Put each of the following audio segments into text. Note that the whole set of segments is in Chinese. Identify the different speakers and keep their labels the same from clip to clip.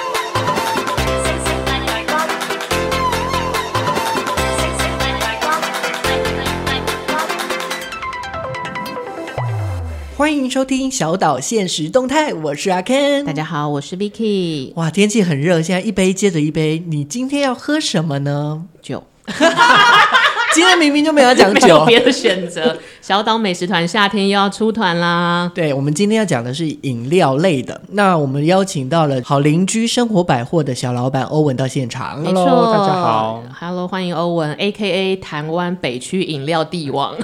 Speaker 1: 星星發亮光，星星發亮光，發發發光。
Speaker 2: 欢迎收听小岛现实动态，我是阿 Ken。
Speaker 3: 大家好，我是 Vicky
Speaker 2: 哇，天气很热，现在一杯接着一杯。你今天要喝什么 呢？
Speaker 3: 九，
Speaker 2: 今天明明就没有要 讲
Speaker 3: 没有
Speaker 2: 酒。
Speaker 3: 别的选择。小岛美食团夏天又要出团啦，
Speaker 2: 对，我们今天要讲的是饮料类的。那我们邀请到了好邻居生活百货的小老板欧文到现场。
Speaker 3: 没错，
Speaker 4: 大家好
Speaker 3: ，Hello，欢迎欧文，A K A 台湾北区饮料帝王，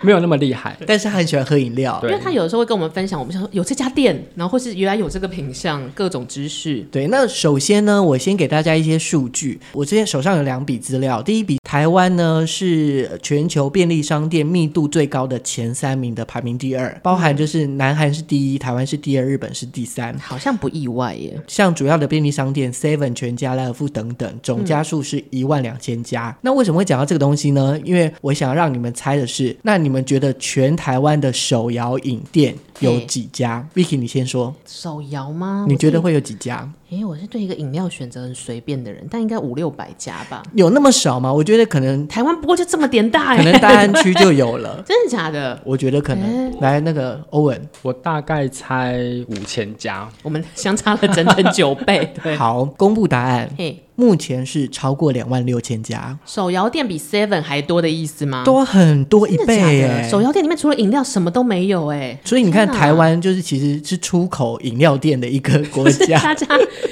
Speaker 4: 没有那么厉害。
Speaker 2: 但是他很喜欢喝饮料。
Speaker 3: 因
Speaker 4: 对
Speaker 3: 为他有的时候会跟我们分享，我们想说有这家店，然后或是原来有这个品相，各种知识。
Speaker 2: 对，那首先呢，我先给大家一些数据。我之前手上有两笔资料，第一笔台湾呢是全球便利商店密度最高的前三名的排名第二，包含就是南韩是第一，台湾是第二，日本是第三。
Speaker 3: 好像不意外耶，
Speaker 2: 像主要的便利商店 Seven、全家、莱尔富等等，总家数是一万两千家。那为什么会讲到这个东西呢？因为我想让你们猜的是，那你们觉得全台湾的手摇饮店有
Speaker 3: 嘿
Speaker 2: 几家？Vicky，你先说，
Speaker 3: 手摇吗？
Speaker 2: 你
Speaker 3: 我
Speaker 2: 觉得
Speaker 3: 是？
Speaker 2: 会有几家？
Speaker 3: 诶，嗯我是对一个饮料选择很随便的人，但应该五六百家吧。
Speaker 2: 有那么少吗？我觉得可能
Speaker 3: 台湾不过就这么点大、
Speaker 2: 可
Speaker 3: 诶。
Speaker 2: 能大安区就有了
Speaker 3: 真的假的？
Speaker 2: 我觉得可
Speaker 3: 哎
Speaker 2: 能、来那个欧文，
Speaker 4: 我大概猜五千家，
Speaker 3: 我们相差了整整九 倍。对，
Speaker 2: 好，公布答案，
Speaker 3: 嘿，
Speaker 2: 目前是超过两万六千家，
Speaker 3: 手摇店比 Seven 还多的意思吗？
Speaker 2: 多很多一
Speaker 3: 啊真的
Speaker 2: 倍
Speaker 3: 假的
Speaker 2: 耶。
Speaker 3: 手摇店里面除了饮料什么都没有哎、
Speaker 2: 所以你看，
Speaker 3: 天哪
Speaker 2: 台湾就是其实是出口饮料店的一个国
Speaker 3: 就是
Speaker 2: 家。
Speaker 3: 大家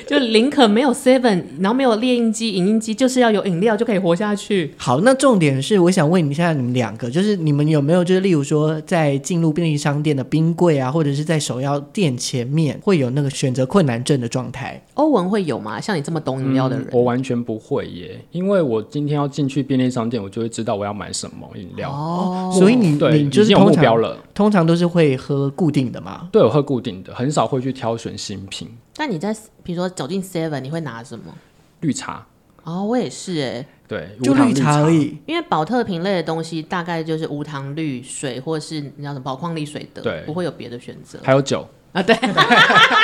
Speaker 3: 就宁可没有 Seven，然后没有猎印机、影印机，就是要有饮料就可以活下去。
Speaker 2: 好，那重点是，我想问一下你们两个，就是你们有没有就是例如说，在进入便利商店的冰柜啊，或者是在手摇店前面，会有那个选择困难症的状态？
Speaker 3: 欧文会有吗？像你这么懂饮料
Speaker 2: 嗯
Speaker 3: 的人，
Speaker 4: 嗯我完全不会耶，因为我今天要进去便利商店，我就会知道我要买什么饮料。
Speaker 3: 哦
Speaker 2: 所以你
Speaker 4: 对，
Speaker 2: 你就
Speaker 4: 已
Speaker 2: 是
Speaker 4: 经有
Speaker 2: 通
Speaker 4: 目标
Speaker 2: 常
Speaker 4: 了。
Speaker 2: 通常都是会喝固定的嘛？
Speaker 4: 对，我喝固定的，很少会去挑选新品。
Speaker 3: 但你在比如说走进 Seven，你会拿什么？
Speaker 4: 绿茶，
Speaker 3: 哦，我也是哎、
Speaker 4: 对，
Speaker 2: 就
Speaker 4: 无糖
Speaker 2: 绿
Speaker 4: 绿
Speaker 2: 茶而。已。
Speaker 3: 因为保特瓶类的东西大概就是无糖绿水或是你知道什么宝矿力水的
Speaker 4: 对，
Speaker 3: 不会有别的选择
Speaker 4: 还有酒，
Speaker 3: 啊。对，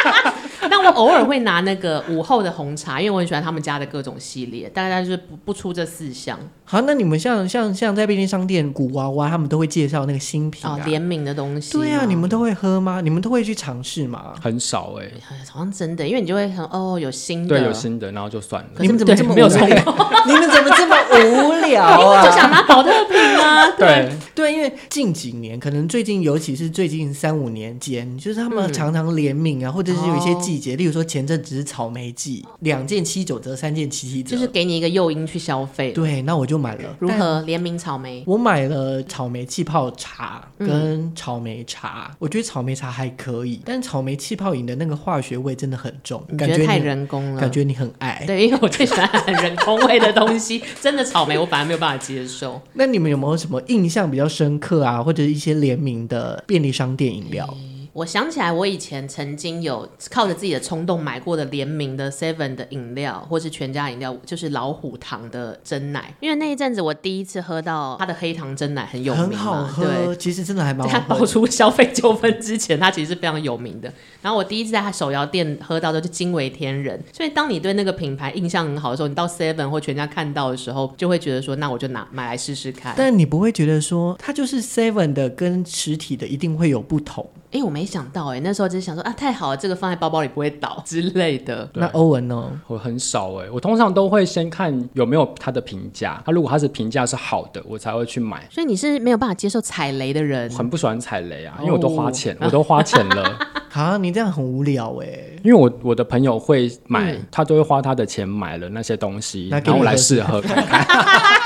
Speaker 3: 但我偶尔会拿那个午后的红茶，因为我很喜欢他们家的各种系列，大概就是不不出这四项
Speaker 2: 好，那你们像像像在便利商店，古娃娃他们都会介绍那个新品啊。
Speaker 3: 哦，联名的东西嘛。
Speaker 2: 对啊，你们都会喝吗？你们都会去尝试吗？
Speaker 4: 很少哎。
Speaker 3: 哎好像真的，因为你就会很哦，有新的，
Speaker 4: 对，有新的，然后就算了
Speaker 3: 可。是
Speaker 2: 啊你们怎么
Speaker 3: 对
Speaker 2: 这么
Speaker 3: 没有
Speaker 2: 无聊 你们怎么这么无 聊啊？
Speaker 3: 就想拿保特瓶 啊。
Speaker 4: 对，
Speaker 2: 对，因为近几年，可能最近，尤其是最近三五年间，就是他
Speaker 3: 嗯
Speaker 2: 们常常联名啊，或者是有一些季
Speaker 3: 哦
Speaker 2: 节，例如说前阵子是草莓季，两件七九折，三件七七折，
Speaker 3: 就是给你一个诱因去消费。
Speaker 2: 对，那我就买了。
Speaker 3: 如
Speaker 2: 但
Speaker 3: 何联名草莓？
Speaker 2: 我买了草莓气泡茶
Speaker 3: 嗯
Speaker 2: 跟草莓茶，我觉得草莓茶还可以，但草莓气泡饮的那个化学味真的很重，
Speaker 3: 你
Speaker 2: 感
Speaker 3: 觉
Speaker 2: 觉
Speaker 3: 得
Speaker 2: 你
Speaker 3: 太人工了？
Speaker 2: 感觉你很爱。
Speaker 3: 对，因为我最喜欢很人工味的东西， 真的草莓我反而没有办法接受。
Speaker 2: 那你们有没有什么印象比较深刻啊，或者一些联名的便利商店饮料？
Speaker 3: 我想起来，我以前曾经有靠着自己的冲动买过的联名的 Seven 的饮料，或是全家饮料，就是老虎糖的真奶。因为那一阵子我第一次喝到它的黑糖真奶很有名
Speaker 2: 很
Speaker 3: 嘛，
Speaker 2: 好
Speaker 3: 对
Speaker 2: 喝，，其实真的还 蛮
Speaker 3: 在他
Speaker 2: 好
Speaker 3: 爆
Speaker 2: 喝的。
Speaker 3: 出消费纠纷之前，他其实是非常有名的。然后我第一次在他手摇店喝到的就惊为天人，所以当你对那个品牌印象很好的时候，你到 Seven 或全家看到的时候，就会觉得说，那我就拿买来试试看。
Speaker 2: 但你不会觉得说它就是 Seven 的跟实体的一定会有不同？
Speaker 3: 哎、我没想到哎、那时候只是想说啊，太好了，这个放在包包里不会倒之类的。
Speaker 4: 对
Speaker 2: 那欧 文呢？
Speaker 4: 我很少哎，我通常都会先看有没有它的评价，它如果它是评价是好的，我才会去买。
Speaker 3: 所以你是没有办法接受踩雷的人，
Speaker 4: 很不喜欢踩雷啊，
Speaker 3: 哦
Speaker 4: 因为我都花钱，我都花钱了。
Speaker 2: 啊，你这样很无聊哎、
Speaker 4: 因为我我的朋友会买，
Speaker 3: 嗯
Speaker 4: 他都会花他的钱买了那些东西，
Speaker 2: 那
Speaker 4: 然
Speaker 2: 给你
Speaker 4: 后我来
Speaker 2: 喝
Speaker 4: 试喝看看。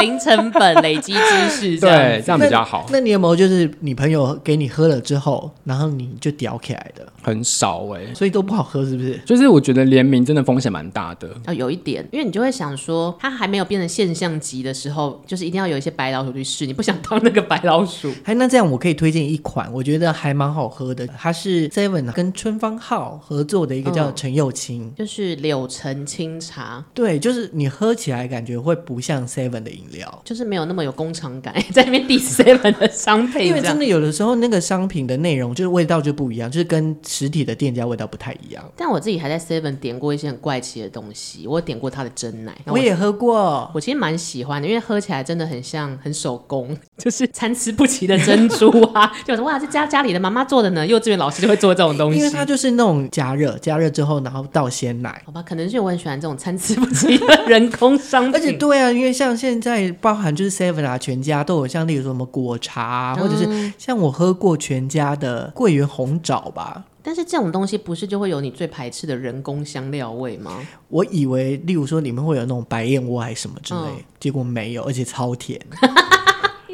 Speaker 3: 零成本累积知识，这样
Speaker 4: 对，这样比较好。
Speaker 2: 那你有没有就是你朋友给你喝了之后，然后你就屌起来的，
Speaker 4: 很少哎、
Speaker 2: 所以都不好喝，是不是？
Speaker 4: 就是我觉得联名真的风险蛮大的。
Speaker 3: 啊、有一点，因为你就会想说，它还没有变成现象级的时候，就是一定要有一些白老鼠去试，你不想当那个白老鼠。
Speaker 2: 哎，那这样我可以推荐一款，我觉得还蛮好喝的，它是 Seven 跟春芳号合作的一个叫
Speaker 3: 嗯
Speaker 2: 陈又青。
Speaker 3: 就是柳橙清茶，
Speaker 2: 对，就是你喝起来感觉会不像 Seven 的饮料，
Speaker 3: 就是没有那么有工厂感， 在那边第 seven 的商品，
Speaker 2: 因为
Speaker 3: 这样
Speaker 2: 真的有的时候那个商品的内容就是味道就不一样，就是跟实体的店家味道不太一样。
Speaker 3: 但我自己还在 Seven 点过一些很怪奇的东西，我有点过它的真奶，然后
Speaker 2: 我也喝过，
Speaker 3: 我其实蛮喜欢的，因为喝起来真的很像很手工， 就是参差不齐的珍珠啊， 就我说哇，这家家里的妈妈做的呢，幼稚园老师就会做这种东西，
Speaker 2: 因为它就是那种加热，加热之后然后倒鲜奶。
Speaker 3: 好吧，可能是我很喜欢这种参差不齐的人工商品，
Speaker 2: 而且对啊，因为像现在包含就是 Seven 啊、全家都有像例如说什么果茶啊，或者
Speaker 3: 嗯
Speaker 2: 是像我喝过全家的桂圆红枣吧，
Speaker 3: 但是这种东西不是就会有你最排斥的人工香料味吗？
Speaker 2: 我以为例如说里面会有那种白燕窝还是什么之类，
Speaker 3: 嗯
Speaker 2: 结果没有，而且超甜。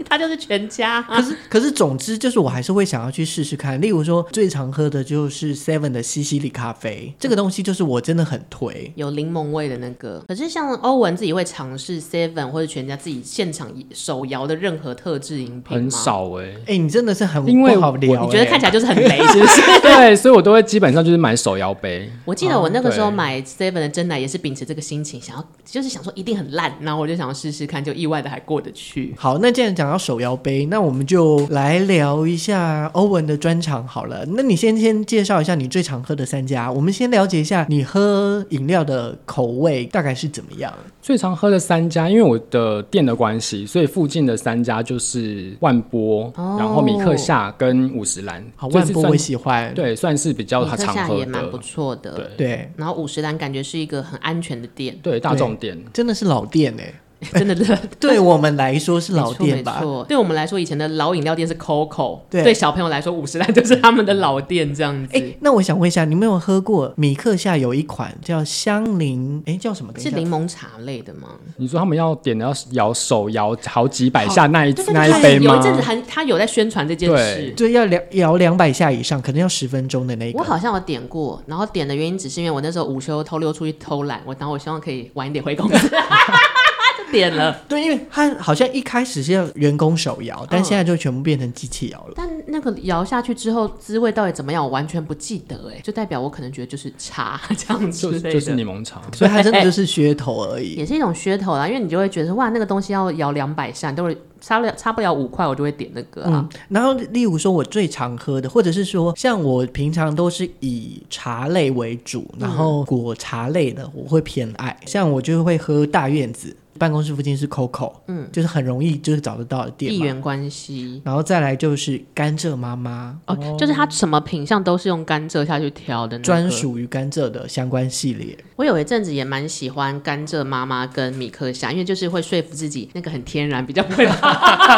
Speaker 3: 它就是全家、啊
Speaker 2: 可是，可是，总之就是我还是会想要去试试看。例如说，最常喝的就是 Seven 的西西里咖啡，这个东西就是我真的很推。
Speaker 3: 有柠檬味的那个。可是像欧文自己会尝试 Seven 或者全家自己现场手摇的任何特制饮品吗？
Speaker 4: 很，少欸哎、
Speaker 2: 哎、你真的是很
Speaker 4: 因为
Speaker 2: 不好聊、
Speaker 4: 我
Speaker 3: 你觉得
Speaker 2: 哎
Speaker 3: 看起来就是很雷，是不是？
Speaker 4: 对，所以我都会基本上就是买手摇杯。
Speaker 3: 我记得
Speaker 2: 哦
Speaker 3: 我那个时候
Speaker 4: 对
Speaker 3: 买 Seven 的真奶也是秉持这个心情，想要就是想说一定很烂，然后我就想要试试看，就意外的还过得去。
Speaker 2: 好，那既然讲到手摇杯，那我们就来聊一下欧文的专场好了。那你先先介绍一下你最常喝的三家，我们先了解一下你喝饮料的口味大概是怎么样。
Speaker 4: 最常喝的三家，因为我的店的关系，所以附近的三家就是万波，
Speaker 3: 哦
Speaker 4: 然后米克夏跟五十岚。
Speaker 2: 好，
Speaker 4: 所以
Speaker 2: 万
Speaker 4: 是
Speaker 2: 波
Speaker 4: 算
Speaker 2: 我喜欢，
Speaker 4: 对，算是比较
Speaker 3: 米
Speaker 4: 他
Speaker 3: 克
Speaker 4: 常
Speaker 3: 夏
Speaker 4: 喝
Speaker 3: 也蛮不
Speaker 4: 的。
Speaker 3: 错的，
Speaker 4: 对
Speaker 2: 对，
Speaker 3: 然后五十岚感觉是一个很安全的店，
Speaker 4: 对，大众店。
Speaker 2: 真的是老店哎、
Speaker 3: 真的是
Speaker 2: 对我们来说是老
Speaker 3: 没错
Speaker 2: 店吧
Speaker 3: 没？错，对我们来说，以前的老饮料店是 Coco，
Speaker 2: 对
Speaker 3: 小朋友来说，五十岚就是他们的老店这样子。
Speaker 2: 哎、那我想问一下，你们有喝过米克夏有一款叫香柠？哎、叫什么？等一
Speaker 3: 是
Speaker 2: 下
Speaker 3: 柠檬茶类的吗？
Speaker 4: 你说他们要点的要摇手摇好几百下那一
Speaker 3: 哦对
Speaker 4: 那
Speaker 3: 对
Speaker 4: 一
Speaker 3: 对，
Speaker 4: 杯
Speaker 3: 有一
Speaker 4: 吗？
Speaker 3: 阵子还他有在宣传这件事
Speaker 4: 对。
Speaker 2: 对，要两摇两百下以上，可能要十分钟的那一
Speaker 3: 我
Speaker 2: 个。
Speaker 3: 好像有点过，然后点的原因只是因为我那时候午休偷溜出去偷懒，我然后我希望可以晚一点回公司， 就点了。
Speaker 2: 对，因为它好像一开始是要人工手摇，但现在就全部变成机器摇了。
Speaker 3: 但那个摇下去之后，滋味到底怎么样，我完全不记得，哎，就代表我可能觉得就是茶这样之
Speaker 4: 就
Speaker 3: 类的。
Speaker 4: 就是柠檬茶。
Speaker 2: 所以它真的就是噱头 而已。
Speaker 3: 也是一种噱头啦，因为你就会觉得哇，那个东西要摇两百下，你都会差不了差不了五块，我就会点那个啊。
Speaker 2: 嗯，然后例如说，我最常喝的，或者是说，像我平常都是以茶类为主，然后果茶类的我会偏爱，像我就会喝大院子，办公室附近是 COCO，嗯，就是很容易就是找得到的店
Speaker 3: 地
Speaker 2: 嘛。
Speaker 3: 缘关系
Speaker 2: 然后再来就是甘蔗妈妈
Speaker 3: 哦，就是它什么品相都是用甘蔗下去挑的、那个
Speaker 2: 专。属于甘蔗的相关系列，
Speaker 3: 我有一阵子也蛮喜欢甘蔗妈妈跟米克夏，因为就是会说服自己那个很天然，比较不会怕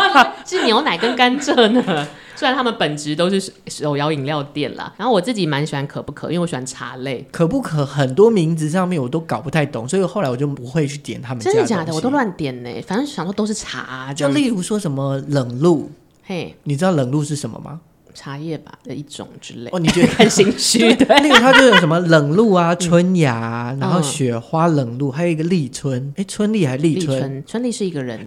Speaker 3: 是牛奶跟甘蔗呢。虽然他们本质都是手手摇饮料店啦，然后我自己蛮喜欢可不可，因为我喜欢茶类。
Speaker 2: 可不可很多名字上面我都搞不太懂，所以后来我就不会去点他们家
Speaker 3: 真的假的？
Speaker 2: 东西
Speaker 3: 我都。乱点呢、反正想说都是茶、啊，这
Speaker 2: 就
Speaker 3: 样
Speaker 2: 例如说什么冷露，
Speaker 3: 嘿
Speaker 2: 你知道冷露是什么吗？
Speaker 3: 茶叶吧的一种之类。
Speaker 2: 哦，你觉得
Speaker 3: 看心虚的。
Speaker 2: 那个它就有什么冷露啊、春芽啊、然
Speaker 3: 嗯
Speaker 2: 后雪花冷露，还有一个立春，哎，春丽还是立
Speaker 3: 立
Speaker 2: 春？
Speaker 3: 春，春丽是一个 人，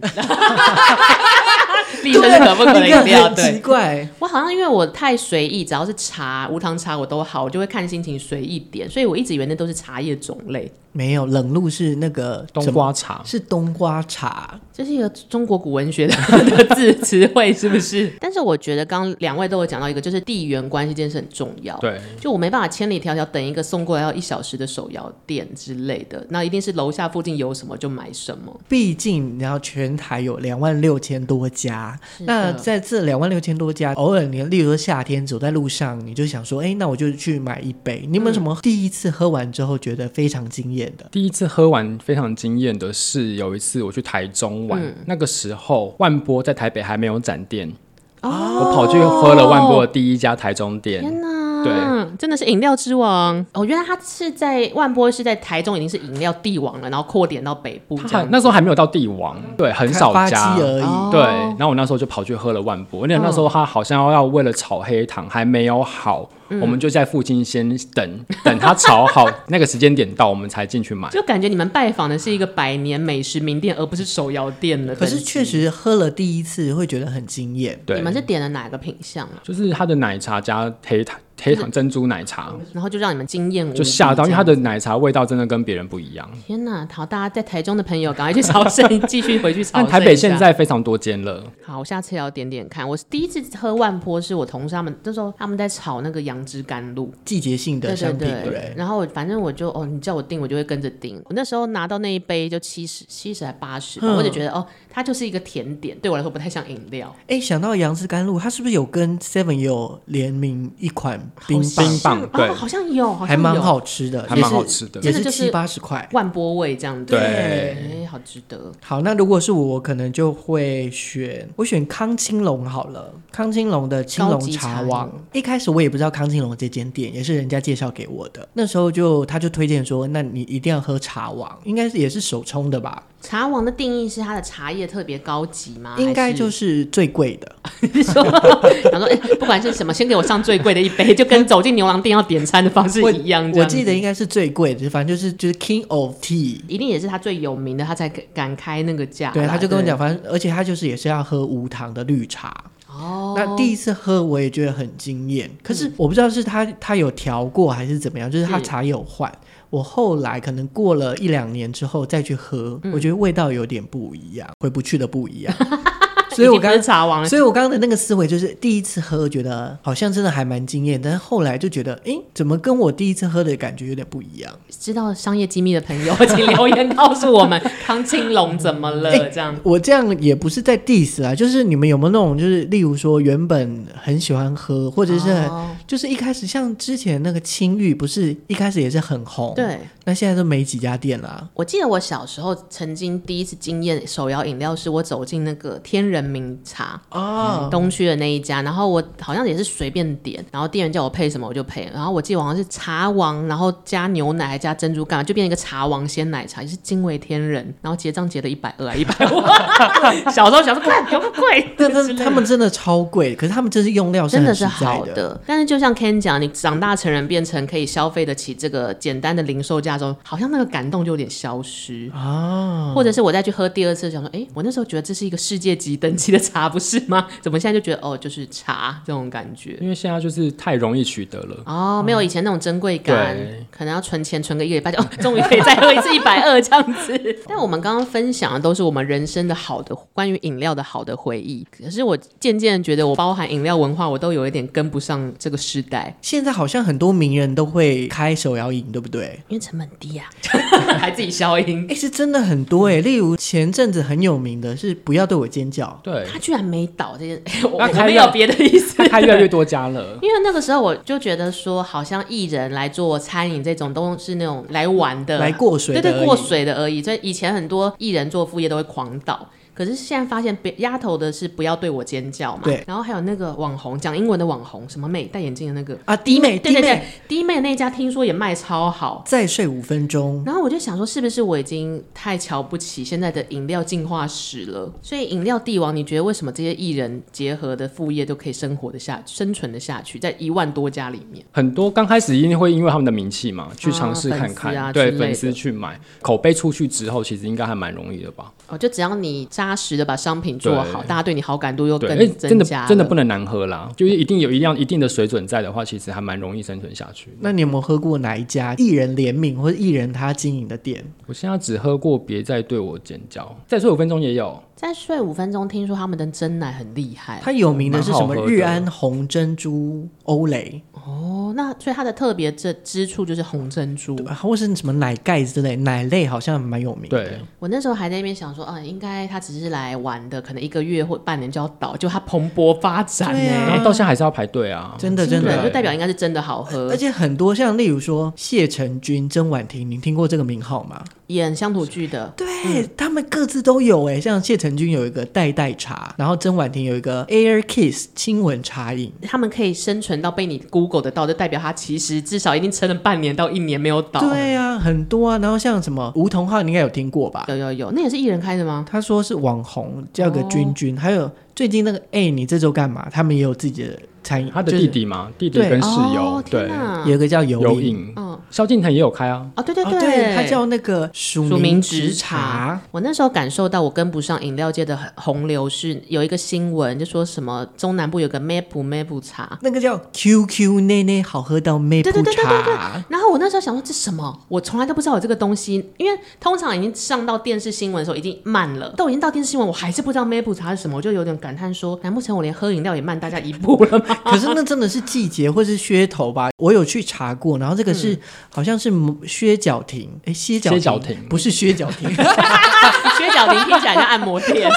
Speaker 3: 立
Speaker 2: 对
Speaker 3: 春是可不可以
Speaker 2: 那
Speaker 3: 不
Speaker 2: 个
Speaker 3: 要
Speaker 2: 很奇
Speaker 3: 对。
Speaker 2: 怪，
Speaker 3: 我好像因为我太随意，只要是茶、无糖茶我都好，我就会看心情随意点，所以我一直以为那都是茶叶种类。
Speaker 2: 没有冷露是那个
Speaker 4: 冬
Speaker 2: 什么
Speaker 4: 瓜茶，
Speaker 2: 是冬瓜茶，
Speaker 3: 这是一个中国古文学的 的字词汇，是不是？但是我觉得刚刚两位都有讲到一个，就是地缘关系这件事很重要。
Speaker 4: 对，
Speaker 3: 就我没办法千里迢迢等一个送过来要一小时的手摇店之类的，那一定是楼下附近有什么就买什么。
Speaker 2: 毕竟你要全台有两万六千多家，那在这两万六千多家，偶尔你例如说夏天走在路上，你就想说，哎、那我就去买一杯。你有没有什么第一次喝完之后觉得非常惊艳的？
Speaker 4: 第一次喝完非常惊艳的是，有一次我去台中玩，
Speaker 3: 嗯
Speaker 4: 那个时候万波在台北还没有展店，我跑去喝了万波的第一家台中店。
Speaker 3: 哦天哪！对，嗯真的是饮料之王哦！原来它是在万波是在台中已经是饮料帝王了，然后扩点到北部
Speaker 4: 它
Speaker 3: 这
Speaker 4: 还
Speaker 3: 样。
Speaker 4: 那时候还没有到帝王，对，很少
Speaker 2: 发
Speaker 4: 加
Speaker 2: 鸡而已。
Speaker 3: 哦
Speaker 4: 对，然后我那时候就跑去喝了万波，而且那时
Speaker 3: 嗯
Speaker 4: 候他好像要为了炒黑糖还没有好，
Speaker 3: 嗯
Speaker 4: 我们就在附近先等 等它炒好那个时间点到，我们才进去买。
Speaker 3: 就感觉你们拜访的是一个百年美食名店，而不是手摇店的。
Speaker 2: 可是确，实喝了第一次会觉得很惊艳，
Speaker 4: 对
Speaker 3: 你，们是点了哪个品相啊？
Speaker 4: 就是它的奶茶加黑糖黑糖珍珠奶茶，
Speaker 3: 然后就让你们惊艳无比，
Speaker 4: 就吓到，因为它
Speaker 3: 这样
Speaker 4: 的奶茶味道真的跟别人不一样。
Speaker 3: 天哪！好，大家在台中的朋友赶快去朝圣，继续回去朝
Speaker 4: 但
Speaker 3: 圣一下。
Speaker 4: 啊 台北现在非常多间了，
Speaker 3: 好，我下次也要点点看。我第一次喝万坡是我同事他们那时候他们在炒那个杨枝甘露，
Speaker 2: 季节性的商品，对不对？
Speaker 3: 然后我反正我就哦，你叫我订，我就会跟着订。我那时候拿到那一杯就七十七十还八十，
Speaker 2: 嗯
Speaker 3: 我就觉得哦，它就是一个甜点，对我来说不太像饮料。
Speaker 2: 哎，想到杨枝甘露，它是不是有跟 Seven 也有联名一款冰棒，
Speaker 4: 冰棒对
Speaker 3: 哦，好像有，好像有
Speaker 2: 还蛮。好吃的，
Speaker 4: 还蛮好吃的。
Speaker 2: 也
Speaker 3: 真的
Speaker 2: 是
Speaker 3: 就是
Speaker 2: 七八十块。
Speaker 3: 万波味这样子，
Speaker 4: 对
Speaker 3: 哎好值得。
Speaker 2: 好，那如果是我，我可能就会选我选康青龙好了。康青龙的青龙
Speaker 3: 高
Speaker 2: 茶
Speaker 3: 级茶
Speaker 2: 王，一开始我也不知道康青龙这间店，也是人家介绍给我的。那时候就他就推荐说，那你一定要喝茶王，应该是也是手冲的吧？
Speaker 3: 茶王的定义是它的茶叶特别高级吗？
Speaker 2: 应
Speaker 3: 啊
Speaker 2: 该
Speaker 3: 还
Speaker 2: 就是是最贵的。
Speaker 3: 你说， 想说，哎不管是什么，先给我上最贵的一杯，就跟走进牛郎店要点餐的方式一样这
Speaker 2: 我
Speaker 3: 样子
Speaker 2: 记得应该是最贵的，反正就是就是 King of Tea。
Speaker 3: 一定也是他最有名的，他才敢敢开那个价啦。
Speaker 2: 对，他就跟我讲，反正而且他就是也是要喝无糖的绿茶。
Speaker 3: 哦，
Speaker 2: 那第一次喝我也觉得很惊艳，可是我不知道是他他有调过还是怎么样，嗯就是他
Speaker 3: 是
Speaker 2: 茶有换。我后来可能过了一两年之后再去喝，我觉得味道有点不一样，回不去的不一 样。 所以我
Speaker 3: 已经
Speaker 2: 刚
Speaker 3: 不是茶王了，
Speaker 2: 所以我刚刚的那个思维就是第一次喝觉得好像真的还蛮惊艳，但是后来就觉得，诶，怎么跟我第一次喝的感觉有点不一样？
Speaker 3: 知道商业机密的朋友，请留言告诉我们康青龙怎么了？
Speaker 2: 哎
Speaker 3: 这样
Speaker 2: 我这样也不是在 diss 啊，就是你们有没有那种，就是例如说原本很喜欢喝，或者是很、
Speaker 3: 哦
Speaker 2: 就是一开始像之前那个青玉，不是一开始也是很红，，
Speaker 3: 对。
Speaker 2: 那现在都没几家店啦。
Speaker 3: 我记得我小时候曾经第一次经验手摇饮料，是我走进那个天人茗茶
Speaker 2: 哦，
Speaker 3: 东区的那一家，然后我好像也是随便点，然后店员叫我配什么我就配，然后我记得我好像是茶王，然后加牛奶还加珍珠干嘛，就变成一个茶王鲜奶茶，也是惊为天人，然后结账结了一百二一百五， 小时候想说看有个贵，
Speaker 2: 但但他们 真的超贵，可是他们这是用料
Speaker 3: 真
Speaker 2: 很
Speaker 3: 的
Speaker 2: 实
Speaker 3: 是
Speaker 2: 在
Speaker 3: 好
Speaker 2: 的。
Speaker 3: 的，但是就像 Ken 讲，你长大成人变成可以消费得起这个简单的零售价中，好像那个感动就有点消失啊。或者是我再去喝第二次，想说，哎、我那时候觉得这是一个世界级等级的茶，不是吗？怎么现在就觉得哦，就是茶这种感觉？
Speaker 4: 因为现在就是太容易取得了，
Speaker 3: 哦，没有以前那种珍贵感
Speaker 4: 对，
Speaker 3: 可能要存钱存个一个礼拜，就哦， 终于可以再喝一次一百二 这样子。但我们刚刚分享的都是我们人生的好的关于饮料的好的回忆，可是我渐渐觉得我包含饮料文化，我都有一点跟不上这个时代，
Speaker 2: 现在好像很多名人都会开手摇饮，对不对？
Speaker 3: 因为成本低 呀、还自己消音。
Speaker 2: 哎，是真的很多哎，例如前阵子很有名的是“不要对我尖叫
Speaker 4: 对，
Speaker 3: 他居然没倒这件，我
Speaker 4: 那
Speaker 3: 我
Speaker 4: 开
Speaker 3: 没
Speaker 4: 药
Speaker 3: 有别的意 思
Speaker 4: 它。开越来 越多家了。
Speaker 3: 因为那个时候我就觉得说，好像艺人来做餐饮这种都是那种来玩”，的，
Speaker 2: 来过水的
Speaker 3: 对
Speaker 2: 而
Speaker 3: 对，
Speaker 2: 已
Speaker 3: 过水的而已。所以以前很多艺人做副业都会狂倒。可是现在发现，别丫头的是不要对我尖叫嘛。
Speaker 2: 对
Speaker 3: 然后还有那个网红，讲英文的网红，什么美戴眼镜的那个，
Speaker 2: 啊，迪美，
Speaker 3: 对对
Speaker 2: 迪
Speaker 3: 对
Speaker 2: 美，，
Speaker 3: 低妹那一家听说也卖超好。
Speaker 2: 再睡五分钟。
Speaker 3: 然后我就想说，是不是我已经太瞧不起现在的饮料进化史了？所以饮料帝王，你觉得为什么这些艺人结合的副业都可以生活的下、生存的下去，在一万多家里面？
Speaker 4: 很多刚开始一定会因为他们的名气嘛，去尝试看
Speaker 3: 啊粉
Speaker 4: 看，
Speaker 3: 丝啊
Speaker 4: 对
Speaker 3: 之类的
Speaker 4: 粉丝去买，口碑出去之后，其实应该还蛮容易的吧？
Speaker 3: 哦，就只要你扎实的把商品做好，
Speaker 4: 对
Speaker 3: 大家对你好感度又
Speaker 4: 对，
Speaker 3: 更
Speaker 4: 哎真
Speaker 3: 增
Speaker 4: 的
Speaker 3: 加了
Speaker 4: 真的不能难喝啦，就是一定有一样一定的水准在的话，其实还蛮容易生存下去。
Speaker 2: 那你有没有喝过哪一家艺人联名或者艺人他经营的店？
Speaker 4: 我现在只喝过，别再对我尖叫，再睡五分钟也有，
Speaker 3: 再睡五分钟，听说他们的真奶很厉害
Speaker 2: 它有名的是什么
Speaker 4: 哎蛮好？喝的
Speaker 2: 日安红珍珠欧蕾，
Speaker 3: 哦。那所以它的特别这之处就是红珍珠。
Speaker 2: 或是什么奶盖之类，奶类好像蛮有名的。
Speaker 4: 对，
Speaker 3: 我那时候还在那边想说，嗯，应该他只是来玩的，可能一个月或半年就要倒，就它蓬勃发展呢、
Speaker 2: 对啊
Speaker 4: 然后到现在还是要排队啊，
Speaker 2: 真的
Speaker 3: 真
Speaker 2: 真
Speaker 3: 的就
Speaker 2: 的。
Speaker 3: 代表应该是真的好
Speaker 4: 呃
Speaker 3: 喝
Speaker 2: 而。且很多像例如说谢承君、曾婉婷，您听过这个名号吗？
Speaker 3: 演乡土剧的，
Speaker 2: 对、他们各自都有哎、像谢曾经有一个代代茶，然后曾婉婷有一个 Air Kiss 亲吻茶饮。
Speaker 3: 他们可以生存到被你 Google 得到，就代表他其实至少一定撑了半年到一年没有倒。，
Speaker 2: 对啊，很多啊。然后像什么吴桐浩，你应该有听过吧？
Speaker 3: 有有有，那也是艺人开的吗？
Speaker 2: 他说是网红，叫个君
Speaker 3: 哦
Speaker 2: 君，还有最近那个哎、你这周干嘛？他们也有自己的餐饮，
Speaker 4: 他的
Speaker 2: 就是
Speaker 4: 弟弟嘛，弟弟
Speaker 2: 对
Speaker 4: 跟室友
Speaker 3: 哦，天
Speaker 4: 对，
Speaker 3: 哪
Speaker 2: 有一个叫游
Speaker 4: 有
Speaker 2: 影，
Speaker 4: 影，
Speaker 3: 嗯，
Speaker 4: 萧敬腾也有开啊，
Speaker 3: 哦，对对
Speaker 2: 哦
Speaker 3: 对，
Speaker 2: 他叫那个署
Speaker 3: 署名
Speaker 2: 名
Speaker 3: 直
Speaker 2: 茶
Speaker 3: 茶。。我那时候感受到我跟不上饮料界的洪流是有一个新闻，就说什么中南部有个 Maple Maple 茶，
Speaker 2: 那个叫 QQ 内内好喝到妹不
Speaker 3: 对对对对对
Speaker 2: 茶，
Speaker 3: 然后我那时候想说这什么，我从来都不知道有这个东西，因为通常已经上到电视新闻的时候已经慢了，都已经到电视新闻，我还是不知道 Maple 茶是什么，我就有点感叹说，难不成我连喝饮料也慢大家一步了 吗？
Speaker 2: 可是那真的是季节或是噱头吧？我有去查过，然后这个
Speaker 3: 嗯
Speaker 2: 是、好像是薛脚亭，哎，薛脚
Speaker 4: 薛脚亭
Speaker 2: 不是薛脚亭，
Speaker 3: 薛小林听起来像按摩店，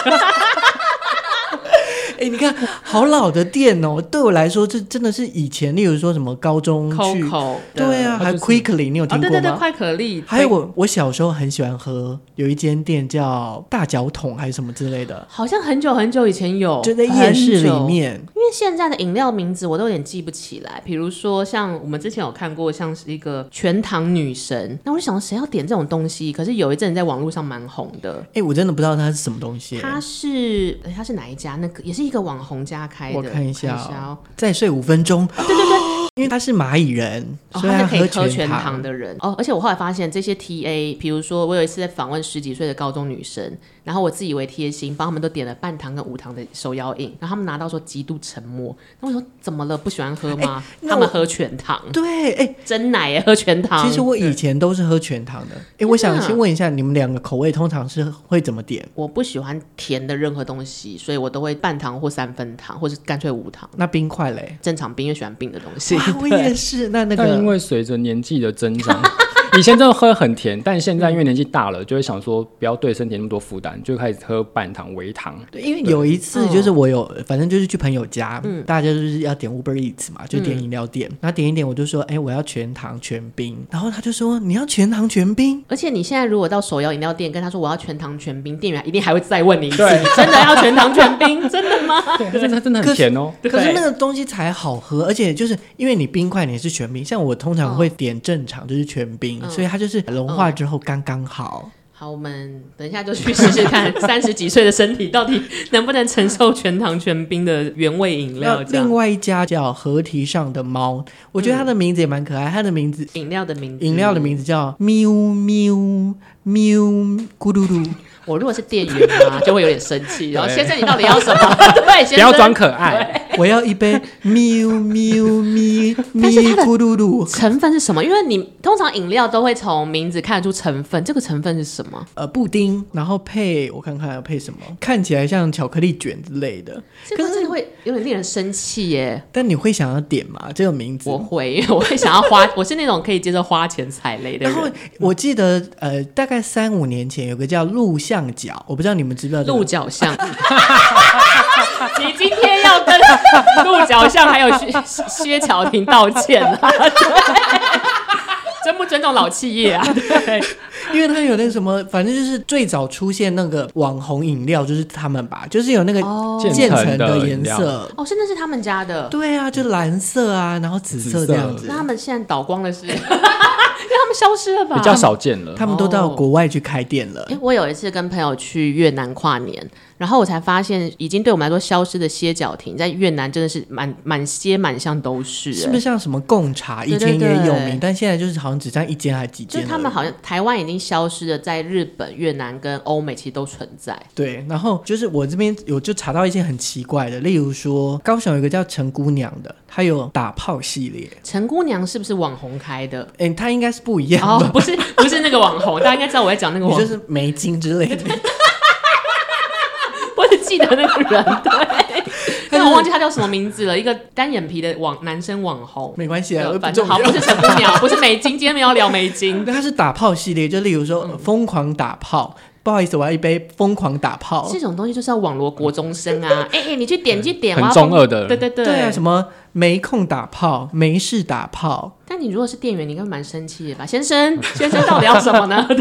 Speaker 2: 哎、你看，好老的店哦，对我来说，这真的是以前，例如说什么高中去，
Speaker 3: Coco 的
Speaker 2: 对啊，
Speaker 4: 它
Speaker 2: 还
Speaker 4: 就是
Speaker 2: Quickly，你有
Speaker 3: 哦
Speaker 2: 听
Speaker 3: 对
Speaker 2: 过吗？
Speaker 3: 对对，快可丽，
Speaker 2: 还有我，我小时候很喜欢喝，有一间店叫大脚桶还是什么之类的，
Speaker 3: 好像很久很久以前有，
Speaker 2: 就在夜市里
Speaker 3: 很久
Speaker 2: 面。
Speaker 3: 因为现在的饮料名字我都有点记不起来，比如说像我们之前有看过，像是一个全糖女神，那我就想哎谁要点这种东西？可是有一阵子在网络上蛮红的，
Speaker 2: 哎、我真的不知道它是什么东西。
Speaker 3: 它是哎它是哪一家？那个也是一个哦网红家开的，
Speaker 2: 我看一下
Speaker 3: 看
Speaker 2: 哦、再睡五分钟。对对对， 因为他是蚂蚁人，
Speaker 3: 哦，
Speaker 2: 所以
Speaker 3: 他是可
Speaker 2: 喝
Speaker 3: 以喝全
Speaker 2: 糖
Speaker 3: 糖。的人哦。而且我后来发现，这些 TA，比如说我有一次在访问十几岁的高中女生，然后我自以为贴心，帮他们都点了半糖跟无糖的手摇饮，然后他们拿到说极度沉默。那我说怎么了？不喜欢喝吗？
Speaker 2: 哎那
Speaker 3: 他们
Speaker 2: 我
Speaker 3: 喝全糖，
Speaker 2: 对，哎、
Speaker 3: 真奶啊也喝全糖。
Speaker 2: 其实我以前都是喝全糖的。哎、
Speaker 3: 啊
Speaker 2: 我想先问一下，你们两个口味通常是会怎么点？
Speaker 3: 我不喜欢甜的任何东西，所以我都会半糖或三分糖，或是干脆无糖。
Speaker 2: 那冰块嘞？
Speaker 3: 正常冰，因为喜欢冰的东西。
Speaker 2: 啊，我也是。那那
Speaker 4: 但因
Speaker 2: 个，
Speaker 4: 为随着年纪的增长， 以前真的喝很甜，但现在因为年纪大了，就会想说不要对身体那么多负担，就开始喝半糖、微糖。
Speaker 2: 对因为有一次就是
Speaker 3: 嗯
Speaker 2: 我有，反正就是去朋友家，大家就是要点 Uber Eats 嘛，就
Speaker 3: 嗯
Speaker 2: 点饮料店。然后点一点，我就说，哎、我要全糖全冰。然后他就说，你要全糖全冰？
Speaker 3: 而且你现在如果到手摇饮料店跟他说我要全糖全冰，店员一定还会再问你一次，你真的要全糖全 冰，真的吗？
Speaker 4: 对，真的真的很甜哦。
Speaker 2: 可是
Speaker 3: 对
Speaker 2: 那个东西才好喝，而且就是因为你冰块你是全冰，像我通常会
Speaker 3: 嗯
Speaker 2: 点正常就是全冰，所以它就是融化之后刚刚好。
Speaker 3: 好，我们等一下就去试试 看，三十几岁的身体到底能不能承受全糖全冰的原味饮
Speaker 2: 那
Speaker 3: 料？这样嗯
Speaker 2: 另，外一家叫河堤上的猫，我觉得它的名字也蛮可爱，它的名字
Speaker 3: 饮料的名字，
Speaker 2: 饮料的
Speaker 3: 嗯
Speaker 2: 名字叫喵喵喵咕噜噜，
Speaker 3: 我如果是店员啊，就会有点生 气。然后
Speaker 4: 对
Speaker 3: 先生，你到底要什么？ 对，
Speaker 4: 不
Speaker 3: 先生
Speaker 4: 要装可爱，
Speaker 2: 我要一杯喵喵咪咪
Speaker 3: 但是它的
Speaker 2: 咕噜噜。
Speaker 3: 成分是什么？因为你通常饮料都会从名字看得出成分，这个成分是什么？
Speaker 2: 呃，布丁，然后配我看看要配什么，看起来像巧克力卷之类的，
Speaker 3: 这
Speaker 2: 可
Speaker 3: 个
Speaker 2: 是
Speaker 3: 真的会有点令人生气耶！
Speaker 2: 但你会想要点吗？这个名字
Speaker 3: 我会， 因为我会想要花，我是那种可以接受花钱踩雷的
Speaker 2: 然后
Speaker 3: 人。
Speaker 2: 我记得，呃，大概三五年前有个叫录像角，我不知道你们知不知道、这个
Speaker 3: 鹿角巷， 你今天要跟鹿角巷还有薛薛乔婷道歉啊！尊不尊重老企业啊？对，
Speaker 2: 因为它有那个什么，反正就是最早出现那个网红饮料，就是他们吧，就是有那个渐
Speaker 4: 渐层
Speaker 2: 层
Speaker 4: 的
Speaker 2: 颜
Speaker 4: 饮料
Speaker 2: 色，
Speaker 3: 哦，真的是他们家的。
Speaker 2: 对啊，就蓝色啊，然后紫色
Speaker 4: 紫色
Speaker 2: 这样子
Speaker 3: 那。他们现在倒光 了是？因为他们消失了吧？
Speaker 4: 比较少见了。
Speaker 2: 他们都到国外去开店了，
Speaker 3: 诶我有一次跟朋友去越南跨年，然后我才发现，已经对我们来说消失的歇脚亭，在越南真的是满满街满巷都是、
Speaker 2: 是不是
Speaker 3: 诶？
Speaker 2: 像什么贡茶？以
Speaker 3: 对对
Speaker 2: 前也有
Speaker 3: 对
Speaker 2: 名，但现在就是好像只占一间还几
Speaker 3: 就
Speaker 2: 间
Speaker 3: 是
Speaker 2: 而已。
Speaker 3: 他们好像台湾已经消失了，在日本、越南跟欧美其实都存在。
Speaker 2: 对，然后就是我这边有就查到一些很奇怪的，例如说高雄有一个叫陈姑娘的，她有打炮系列，
Speaker 3: 陈姑娘是不是网红开 的？
Speaker 2: 哎、她应该是不一样
Speaker 3: 哦
Speaker 2: 吧？，
Speaker 3: 不是，不是那个网红，大家应该知道我在讲那个
Speaker 2: 你
Speaker 3: 网
Speaker 2: 就
Speaker 3: 红，
Speaker 2: 是梅精之类的，
Speaker 3: 我只记得那个人， 对，但我忘记他叫什么名字了，一个单眼皮的网男生网红，
Speaker 2: 没关系 啊，
Speaker 3: 对
Speaker 2: 不
Speaker 3: 反
Speaker 2: 重
Speaker 3: 正好，
Speaker 2: 要
Speaker 3: 不是陈姑娘，不是美金，今天没有聊美金，
Speaker 2: 它是打炮系列，就例如说
Speaker 3: 嗯
Speaker 2: 呃疯狂打炮，不好意思，我要一杯疯狂打
Speaker 4: 哦
Speaker 2: 炮
Speaker 3: 这。种东西就是要网罗国中生啊！ 哎哎、你去点，你去点，
Speaker 4: 很
Speaker 3: 我要
Speaker 4: 中
Speaker 3: 帮
Speaker 4: 二的
Speaker 3: 对对对，
Speaker 2: 对啊，什么没空打炮，没事打炮，
Speaker 3: 但你如果是店员，你应该蛮生气的吧，先生，先生到底要什么呢？对，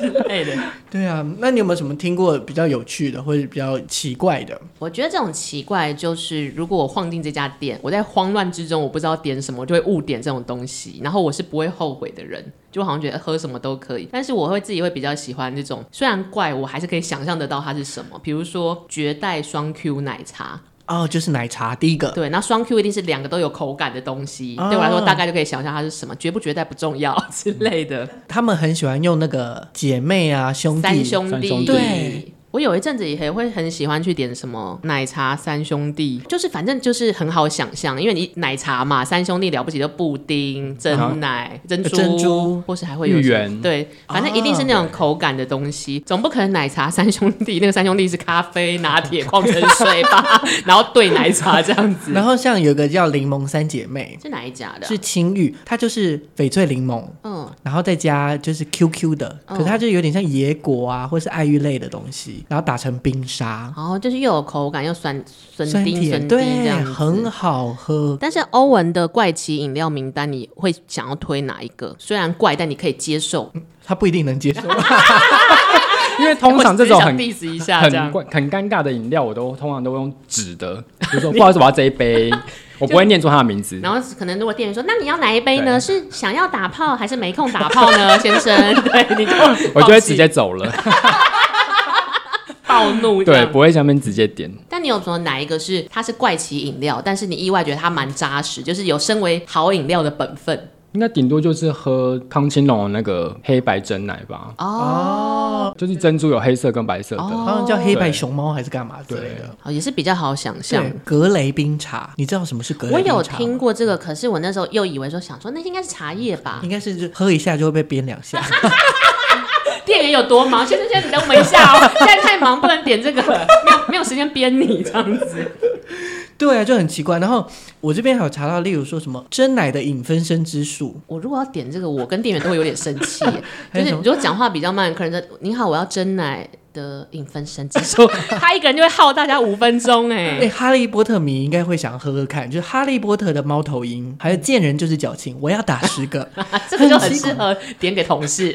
Speaker 3: 之类的。
Speaker 2: 对啊，那你有没有什么听过比较有趣的或者比较奇怪的？
Speaker 3: 我觉得这种奇怪就是，如果我晃进这家店，我在慌乱之中我不知道点什么，我就会误点这种东西，然后我是不会后悔的人，就好像觉得喝什么都可以。但是我会自己会比较喜欢这种，虽然怪，我还是可以想象得到它是什么。比如说绝代双 Q 奶茶，
Speaker 2: 哦，就是奶茶第一个，
Speaker 3: 对，那双 Q 一定是两个都有口感的东西，
Speaker 2: 啊
Speaker 3: 对我来说大概就可以想象它是什么，绝不绝代不重要 之类的。
Speaker 2: 他们很喜欢用那个姐妹啊兄弟
Speaker 3: 三兄弟，
Speaker 4: 三兄弟
Speaker 2: 对。
Speaker 3: 我有一阵子也会很喜欢去点什么奶茶三兄弟，就是反正就是很好想象，因为你奶茶嘛，三兄弟了不起就布丁、
Speaker 4: 啊
Speaker 3: 蒸奶、珍珠、
Speaker 2: 珍珠
Speaker 3: 或是还会有什
Speaker 4: 芋
Speaker 3: 么
Speaker 4: 圆
Speaker 3: 对，反正一定是那种口感的东西，总不可能奶茶三兄弟 那个三兄弟是咖啡、拿铁、矿泉水吧，然后兑奶茶这样子
Speaker 2: 然，后像有个叫柠檬三姐妹，
Speaker 3: 是哪一家的啊、
Speaker 2: 是青玉，它就是翡翠柠檬，
Speaker 3: 嗯，
Speaker 2: 然后再加就是 QQ 的，可是它就有点像野果啊，或是爱玉类的东西，然后打成冰沙，
Speaker 3: 然后就是又有口感又酸酸
Speaker 2: 酸
Speaker 3: 丁
Speaker 2: 甜，
Speaker 3: 酸丁这
Speaker 2: 对，
Speaker 3: 样子，
Speaker 2: 很好喝。
Speaker 3: 但是欧文的怪奇饮料名单，你会想要推哪一个？虽然怪，但你可以接受。
Speaker 2: 他不一定能接受，
Speaker 3: 哦
Speaker 4: 因为通常这种
Speaker 3: 我
Speaker 4: 很
Speaker 3: 只是想 diss 一下这
Speaker 4: 很
Speaker 3: 样。
Speaker 4: 怪很尴尬的饮料，我都通常都用纸的，比 如说不好意思，我要这一杯，我不会念出它的名字。
Speaker 3: 然后可能如果店员说：“那你要哪一杯呢？
Speaker 4: 对
Speaker 3: 是想要打炮还是没空打炮 呢，先生？” 对，你就
Speaker 4: 我就会
Speaker 3: 放弃
Speaker 4: 直接走 了，
Speaker 3: 暴怒这
Speaker 4: 对，
Speaker 3: 样。
Speaker 4: 不会下面直接点。
Speaker 3: 但你有说哪一个是它是怪奇饮料，但是你意外觉得它蛮扎实，就是有身为好饮料的本分
Speaker 4: 应该顶多就是喝康青龙的那个黑白真奶吧，
Speaker 3: 哦
Speaker 4: 就是珍珠有黑色跟白色的。
Speaker 3: 哦
Speaker 2: 好像叫黑白熊猫还是干嘛之类
Speaker 4: 对
Speaker 2: 的。
Speaker 3: 哦，也是比较好想象
Speaker 2: 对。，格雷冰茶，你知道什么是格雷
Speaker 3: 我
Speaker 2: 冰茶
Speaker 3: 有
Speaker 2: 吗
Speaker 3: 听，过这个，可是我那时候又以为说想说那应该是茶叶吧，
Speaker 2: 应该是就喝一下就会被鞭两下。
Speaker 3: 店员有多忙？先生，先生，你等我们一下哦， 现在太忙，不能点这个，没有没有时间编你这样子。
Speaker 2: 对啊，就很奇怪。然后我这边还有查到，例如说什么真奶的影分身之术，
Speaker 3: 我如果要点这个，我跟店员都会有点生气， 就
Speaker 2: 还
Speaker 3: 是
Speaker 2: 有什
Speaker 3: 如
Speaker 2: 么
Speaker 3: 果讲话比较慢，客人说：“您好，我要真奶的影分身之术。” 他一个人就会耗大家五分钟哎、
Speaker 2: 哎、哈利波特迷应该会想喝喝看，就是哈利波特的猫头鹰，还有见人就是矫情，我要打十 个。
Speaker 3: 啊这个就很适合点给同 事。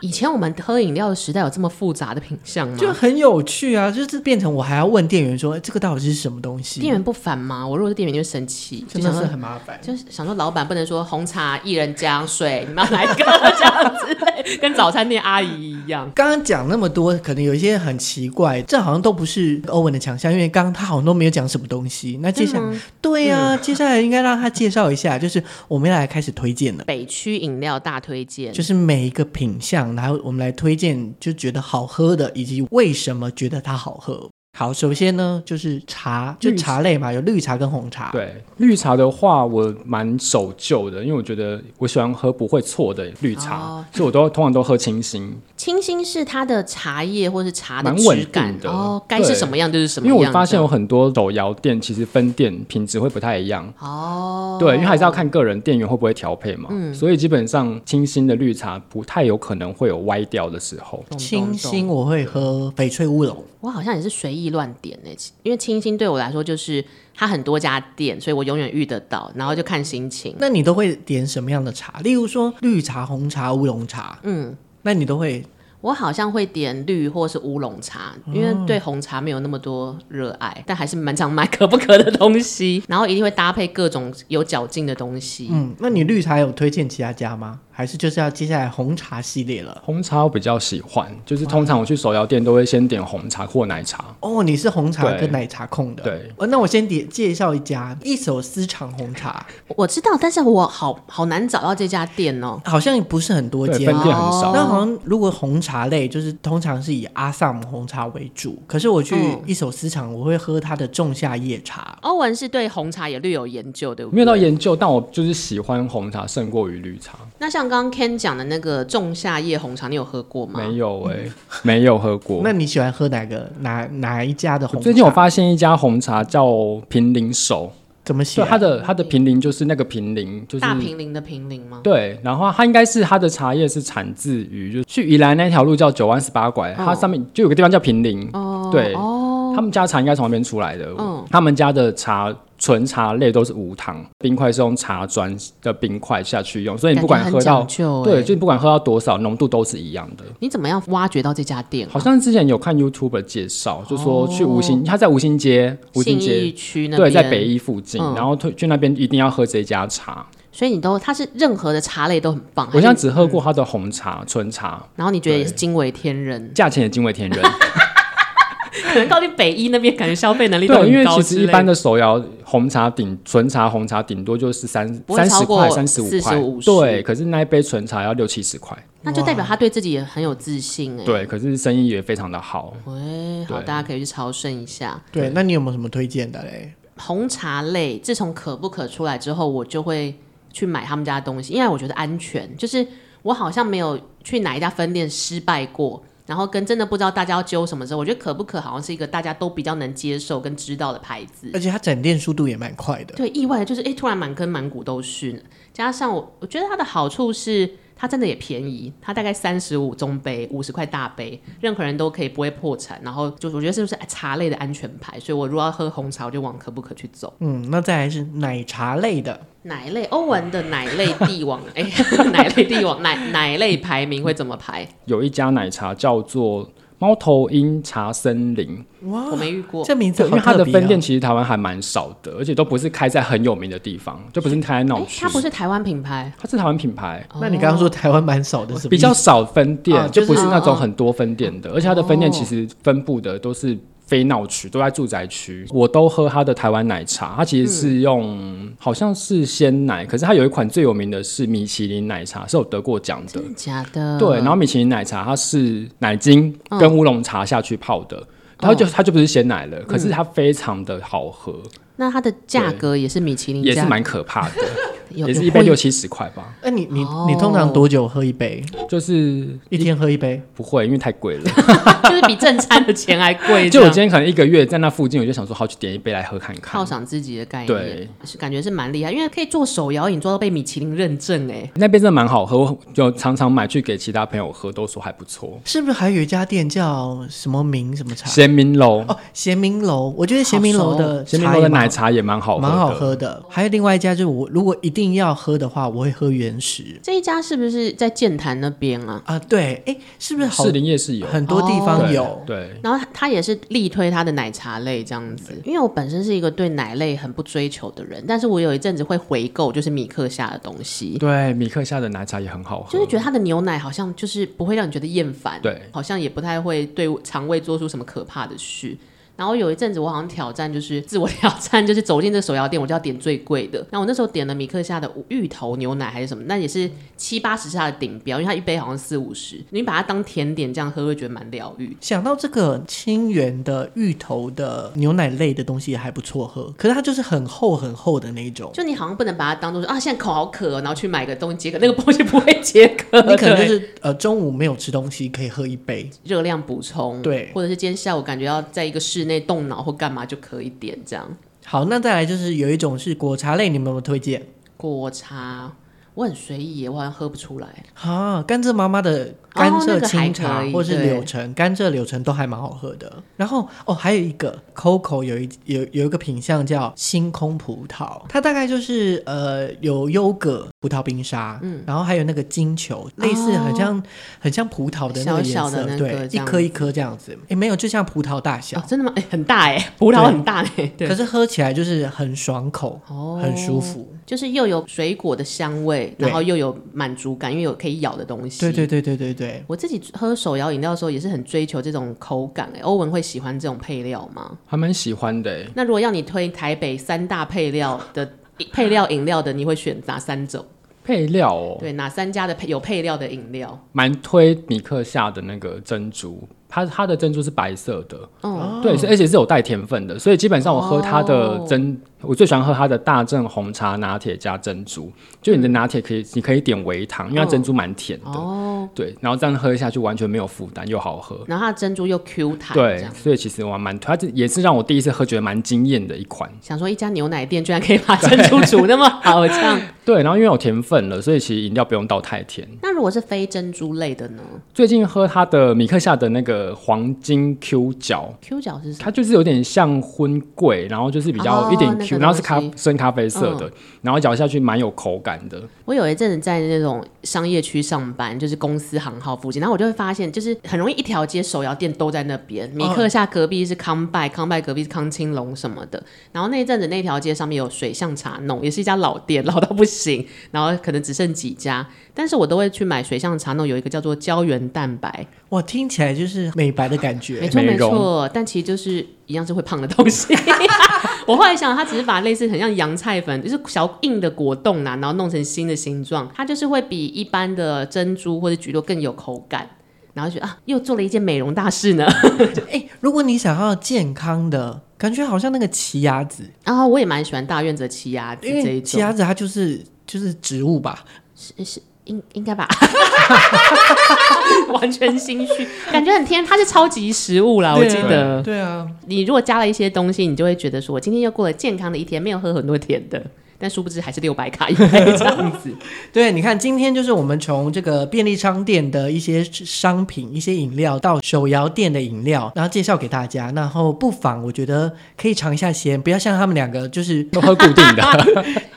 Speaker 3: 以前我们喝饮料的时代有这么复杂的品相吗？
Speaker 2: 就很有趣啊！就是变成我还要问店员说哎这个到底是什么东西，
Speaker 3: 店员不烦吗？我如果是店员就会生气，就
Speaker 2: 真的
Speaker 3: 想
Speaker 2: 是
Speaker 3: 说
Speaker 2: 很麻烦。
Speaker 3: 就是想说，老板不能说红茶、薏仁浆、水，你们要哪一个这样之类，跟早餐店阿姨一样。
Speaker 2: 刚刚讲那么多，可能有一些很奇怪，这好像都不是欧文的强项，因为刚刚他好像都没有讲什么东西。那接下
Speaker 3: 嗯
Speaker 2: 来，对呀、接下来应该让他介绍一下，就是我们要来开始推荐了，
Speaker 3: 北区饮料大推荐，
Speaker 2: 就是每一个品相，然后我们来推荐就觉得好喝的，以及为什么觉得它好喝。好，首先呢就是茶，就
Speaker 4: 绿茶
Speaker 2: 茶类嘛，有绿茶跟红茶。，
Speaker 4: 对绿茶的话，我蛮守旧的，因为我觉得我喜欢喝不会错的绿茶，
Speaker 3: 哦
Speaker 4: 所以我都通常都喝清新。
Speaker 3: 清新是它的茶叶或是茶的
Speaker 4: 蛮稳
Speaker 3: 质感
Speaker 4: 定的
Speaker 3: 哦，该是
Speaker 4: 对
Speaker 3: 什么样就是什么
Speaker 4: 因为
Speaker 3: 样。
Speaker 4: 我发现有很多手摇店其实分店品质会不太一样，
Speaker 3: 哦，嗯
Speaker 4: 对，因为还是要看个人店员会不会调配嘛。所以基本上清新的绿茶不太有可能会有歪掉的时候。
Speaker 3: 懂嗯
Speaker 2: 清。
Speaker 3: 懂
Speaker 2: 新
Speaker 3: 懂
Speaker 2: 我会喝翡翠乌龙。
Speaker 3: 我好像也是随意乱点呢、因为清新对我来说就是它很多家店，所以我永远遇得到，然后就看心情。
Speaker 2: 那你都会点什么样的茶？例如说绿茶、红茶、乌龙茶，
Speaker 3: 嗯，
Speaker 2: 那你都会
Speaker 3: 我好像会点绿或是乌龙茶，因为
Speaker 4: 嗯
Speaker 3: 对红茶没有那么多热爱，但还是蛮常买可不可的东西， 然后一定会搭配各种有嚼劲的东西。
Speaker 2: 嗯，那你绿茶有推荐其他家吗？还是就是要接下来红茶系列了？
Speaker 4: 红茶我比较喜欢，就是通常我去手摇店都会先点红茶或奶茶。
Speaker 2: 哦，你是红茶
Speaker 4: 对
Speaker 2: 跟奶茶控的，
Speaker 4: 对
Speaker 2: 哦。那我先点介绍一家一手私厂红茶，
Speaker 3: 我知道，但是我好好难找到这家店哦。
Speaker 2: 好像不是很多
Speaker 4: 对，
Speaker 2: 间啊
Speaker 4: 分店
Speaker 2: 嘛。
Speaker 4: 很少。
Speaker 2: 那好像如果红茶类，就是通常是以阿萨姆红茶为主。可是我去
Speaker 3: 嗯
Speaker 2: 一手私厂，我会喝它的仲夏夜茶。
Speaker 3: 欧文是对红茶也略有研究，对不对？
Speaker 4: 没有到研究，但我就是喜欢红茶胜过于绿茶。
Speaker 3: 那像刚刚 Ken 讲的那个仲夏夜红茶，你有喝过吗？
Speaker 4: 没有哎、没有喝过。
Speaker 2: 那你喜欢喝哪个哪哪一家的红茶？
Speaker 4: 最近哦我发现一家红茶叫平林手，
Speaker 2: 怎么
Speaker 4: 就
Speaker 2: 写啊？
Speaker 4: 它的它的平林就是那个平林，就是
Speaker 3: 大平林的平林吗？
Speaker 4: 对，然后它应该是它的茶叶是产自于就去宜兰那条路叫九弯十八拐，它上面就有个地方叫平林，
Speaker 3: 哦
Speaker 4: 对
Speaker 3: 哦，
Speaker 4: 他们家茶应该从那边出来的
Speaker 3: 嗯。
Speaker 4: 他们家的茶纯茶类都是无糖，冰块是用茶砖的冰块下去用，所以你
Speaker 3: 感
Speaker 4: 不
Speaker 3: 觉
Speaker 4: 管
Speaker 3: 很
Speaker 4: 喝到
Speaker 3: 讲，究欸
Speaker 4: 对，就不管喝到多少，浓度都是一样的。
Speaker 3: 你怎么样挖掘到这家店啊、
Speaker 4: 好像之前有看 YouTube 介绍，就说去吴兴，他在吴兴街，吴兴
Speaker 3: 哦信
Speaker 4: 街
Speaker 3: 义区那
Speaker 4: 对，
Speaker 3: 边，
Speaker 4: 在北一附近，
Speaker 3: 嗯
Speaker 4: 然后推去那边一定要喝这家茶。
Speaker 3: 所以你都它是任何的茶类都很棒。
Speaker 4: 我现
Speaker 3: 哦还嗯
Speaker 4: 在
Speaker 3: 是
Speaker 4: 只喝过他的红茶、纯茶，
Speaker 3: 然后你觉得也是惊为天人，
Speaker 4: 价钱也惊为天人。
Speaker 3: 可能靠近北一那边，感觉消费能力都
Speaker 4: 对，因
Speaker 3: 很
Speaker 4: 为
Speaker 3: 高
Speaker 4: 其
Speaker 3: 之
Speaker 4: 实
Speaker 3: 类
Speaker 4: 一般
Speaker 3: 的。
Speaker 4: 的手摇红茶顶纯茶红茶顶多就是三
Speaker 3: 不会
Speaker 4: 三
Speaker 3: 超
Speaker 4: 十
Speaker 3: 过
Speaker 4: 块、三十五块
Speaker 3: 45，
Speaker 4: 对。可是那一杯纯茶要六七十块，
Speaker 3: 那就代表他对自己也很有自信哎、
Speaker 4: 对。可是生意也非常的好。
Speaker 3: 喂，好，
Speaker 4: 对
Speaker 3: 大家可以去朝圣一下。
Speaker 2: 对，那你有没有什么推荐的嘞？
Speaker 3: 红茶类，自从可不可出来之后，我就会去买他们家的东西，因为我觉得安全。就是我好像没有去哪一家分店失败过，然后跟真的不知道大家要揪什么时候，我觉得可不可好像是一个大家都比较能接受跟知道的牌子
Speaker 2: 而。且它展店速度也蛮快的，
Speaker 3: 对，意外的就是，哎、突然满坑满谷都是呢。加上我，我觉得它的好处是，它真的也便宜，它大概三十五中杯，五十块大杯，任何人都可以，不会破产。然后就是我觉得是不是哎茶类的安全牌，所以我如果要喝红茶，我就往可不可去走。
Speaker 2: 嗯，那再来是奶茶类的，
Speaker 3: 奶类，欧文的奶类帝王，哎、 奶类帝王，奶奶类排名会怎么排？
Speaker 4: 有一家奶茶叫做猫头鹰茶森林，
Speaker 3: 我没遇过。
Speaker 2: 这名字
Speaker 4: 对，
Speaker 2: 好
Speaker 4: 因为它
Speaker 2: 特
Speaker 4: 的
Speaker 2: 别
Speaker 4: 分店
Speaker 2: 哦
Speaker 4: 其实台湾还蛮少的，而且都不是开在很有名的地方，就不是开在那
Speaker 3: 哎、
Speaker 4: 种区。
Speaker 3: 它不是台湾品牌，
Speaker 4: 它是台湾品牌，
Speaker 2: 哦那你刚刚说台湾蛮少的，是
Speaker 4: 比较少分店，
Speaker 2: 啊
Speaker 4: 就不
Speaker 3: 就是是
Speaker 4: 那种
Speaker 3: 嗯嗯
Speaker 4: 很多分店的，而且它的分店其实分布的都是非闹区，都在住宅区。我都喝它的台湾奶茶，它其实是用、好像是鲜奶，可是它有一款最有名的是米其林奶茶，是有得过奖的。
Speaker 3: 真的嗯假的？
Speaker 4: 对，然后米其林奶茶它是奶精跟乌龙茶下去泡的，它就它就不是鲜奶了，可是它非常的好喝，
Speaker 3: 那它的价格也是米其林价，
Speaker 4: 也是蛮可怕的，
Speaker 3: 有
Speaker 4: 也是
Speaker 3: 有
Speaker 4: 一杯
Speaker 3: 会
Speaker 4: 六七十块吧，
Speaker 2: 那你你你通常多久喝一杯？
Speaker 4: 哦就是
Speaker 2: 一天喝一杯？
Speaker 4: 不会，因为太贵了。
Speaker 3: 就是比正餐的钱还贵。
Speaker 4: 就我
Speaker 3: 这样
Speaker 4: 今天可能一个月在那附近，我就想说，好去点一杯来喝看看
Speaker 3: 犒。赏自己的概念，
Speaker 4: 对
Speaker 3: 是感觉是蛮厉害，因为可以做手摇饮做到被米其林认证哎、
Speaker 4: 那杯真的蛮好喝，我就常常买去给其他朋友喝，都说还不错。
Speaker 2: 是不是还有一家店叫什么明什么茶？
Speaker 4: 咸明楼，
Speaker 2: 哦，咸明楼，我觉得咸明楼的
Speaker 4: 哦咸明
Speaker 2: 茶
Speaker 4: 楼
Speaker 2: 也
Speaker 4: 的
Speaker 2: 蛮
Speaker 4: 奶茶也蛮好喝，
Speaker 2: 蛮好。喝的。还有另外一家，就是我如果一定要喝的话，我会喝原石
Speaker 3: 这一家是不是在剑潭那边啊？
Speaker 2: 啊。对，哎，是不是好
Speaker 4: 士林夜市有，
Speaker 2: 很多地
Speaker 3: 哦
Speaker 2: 方
Speaker 4: 对
Speaker 2: 有？
Speaker 4: 对，
Speaker 3: 然后他他也是力推他的奶茶类这样子，因为我本身是一个对奶类很不追求的人，但是我有一阵子会回购，就是米克夏的东西，
Speaker 4: 对，米克夏的奶茶也很好喝，
Speaker 3: 就是觉得它的牛奶好像就是不会让你觉得厌烦，
Speaker 4: 对
Speaker 3: 好像也不太会对肠胃做出什么可怕的事。然后有一阵子我好像挑战就是自我挑战，就是走进这手摇店我就要点最贵的。那我那时候点了米克夏的芋头牛奶还是什么，那也是七八十是它的顶标，因为它一杯好像四五十，你把它当甜点这样喝会觉得蛮疗愈。
Speaker 2: 想到这个清源的芋头的牛奶类的东西也还不错喝，可是它就是很厚很厚的那一 种，
Speaker 3: 就你好像不能把它当做说啊，现在口好渴哦、然后去买个东西解渴，那个东西不会解渴，
Speaker 2: 你可能
Speaker 3: 对
Speaker 2: 就是呃中午没有吃东西可以喝一杯，
Speaker 3: 热量补充，
Speaker 2: 对
Speaker 3: 或者是今天下午感觉要在一个室内动脑或干嘛就可以点这样。
Speaker 2: 好，那再来就是有一种是果茶类，你们有没有推荐？
Speaker 3: 果茶，我很随意耶，我好像喝不出来。
Speaker 2: 啊，甘蔗妈妈的甘
Speaker 3: 那
Speaker 2: 蔗
Speaker 3: 个还
Speaker 2: 清茶，
Speaker 3: 可以
Speaker 2: 或是
Speaker 3: 对
Speaker 2: 柳橙，甘蔗柳橙都还蛮好喝的。然后哦，还有一个 Coco 有一有有一个品相叫星空葡萄，它大概就是呃有优格葡萄冰沙，嗯，然后还有那个金球，类似很像、很像葡萄的那个颜
Speaker 3: 小
Speaker 2: 色，
Speaker 3: 哦小的那个
Speaker 2: 对，
Speaker 3: 这
Speaker 2: 一
Speaker 3: 样
Speaker 2: 颗一颗这样子，诶，没有，就像葡萄大小，
Speaker 3: 哦，真的吗？哎、很大哎，葡萄
Speaker 2: 对
Speaker 3: 很大哎，对，
Speaker 2: 可是喝起来就是很爽口，
Speaker 3: 哦
Speaker 2: 很舒服。
Speaker 3: 就是又有水果的香味，
Speaker 2: 对
Speaker 3: 然后又有满足感，因为有可以咬的东西。
Speaker 2: 对对。对对对对，
Speaker 3: 我自己喝手摇饮料的时候也是很追求这种口感哎，欧文会喜欢这种配料吗？
Speaker 4: 还蛮喜欢的欸。
Speaker 3: 那如果要你推台北三大配料的 配料饮料的，你会选哪三种？
Speaker 4: 配料哦，
Speaker 3: 对，哪三家的配有配料的饮料？
Speaker 4: 蛮推米克夏的那个珍珠，它它的珍珠是白色的，
Speaker 3: 嗯
Speaker 4: 对，是而且是有带甜分的，所以基本上我喝它的
Speaker 3: 哦
Speaker 4: 珍，我最喜欢喝它的大正红茶拿铁加珍珠。就你的拿铁可以，你可以点微糖，因为它珍珠蛮甜的。
Speaker 3: 嗯哦，哦，
Speaker 4: 对，然后这样喝下去完全没有负担，又好喝。
Speaker 3: 然后它的珍珠又 Q 弹，这
Speaker 4: 对
Speaker 3: 样，
Speaker 4: 所以其实我还蛮，它这也是让我第一次喝，觉得蛮惊艳的一款。
Speaker 3: 想说一家牛奶店居然可以把珍珠煮那么好，这样。
Speaker 4: 对，然后因为有甜分了，所以其实饮料不用倒太甜。
Speaker 3: 那如果是非珍珠类的呢
Speaker 4: 最近喝它的米克夏的那个黄金 Q 角，
Speaker 3: ？Q 角是什么？
Speaker 4: 它就是有点像荤桂，然后就是比
Speaker 3: 哦
Speaker 4: 较一点
Speaker 3: 那个
Speaker 4: Q，、然后是咖
Speaker 3: 东西嗯
Speaker 4: 深咖啡色的，然后咬下去蛮有口感的。
Speaker 3: 我有一阵子在那种商业区上班，就是公司行号附近，然后我就会发现，就是很容易一条街手摇店都在那边。米克夏隔壁是康拜，康拜隔壁是康青龙什么的。然后那一阵子那条街上面有水象茶农，也是一家老店，老到不行，然后可能只剩几家，但是我都会去买水象茶农，有一个叫做胶原蛋白，
Speaker 2: 哇，听起来就是美白的感
Speaker 3: 没
Speaker 2: 觉。
Speaker 3: 错
Speaker 4: 美
Speaker 3: 没
Speaker 4: 容
Speaker 3: 错，但其实就是一样是会胖的东西。 我后来想，它只是把类似很像洋菜粉，就是小硬的果冻啊啦、然后弄成新的形状，它就是会比一般的珍珠或者菊络更有口感。然后就觉得啊，又做了一件美容大事呢。
Speaker 2: 哎、如果你想要健康的感觉，好像那个奇亚籽，
Speaker 3: 然啊后我也蛮喜欢大院子的奇亚籽
Speaker 2: 因
Speaker 3: 这
Speaker 2: 为
Speaker 3: 一
Speaker 2: 奇
Speaker 3: 种，
Speaker 2: 亚籽它就是就是植物吧，
Speaker 3: 应应该吧。 完全心虚，感觉很天，它是超级食物啦，我
Speaker 2: 对啊
Speaker 3: 记得。
Speaker 2: 对啊，
Speaker 3: 你如果加了一些东西，你就会觉得说，我今天又过了健康的一天，没有喝很多甜的，但殊不知还是六百卡一杯这样子。
Speaker 2: 对，你看今天就是我们从这个便利商店的一些商品、一些饮料到手摇店的饮料，然后介绍给大家，然后不妨我觉得可以尝一下鲜，不要像他们两个就是
Speaker 4: 都喝固定的，
Speaker 2: 啊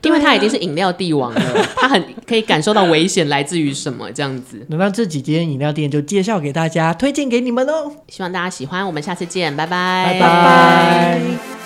Speaker 3: 因为他已经是饮料帝王了，他很可以感受到危险来自于什么这样子。
Speaker 2: 能让这几间饮料店就介绍给大家，推荐给你们哦，
Speaker 3: 希望大家喜欢，我们下次见，拜拜，
Speaker 2: 拜拜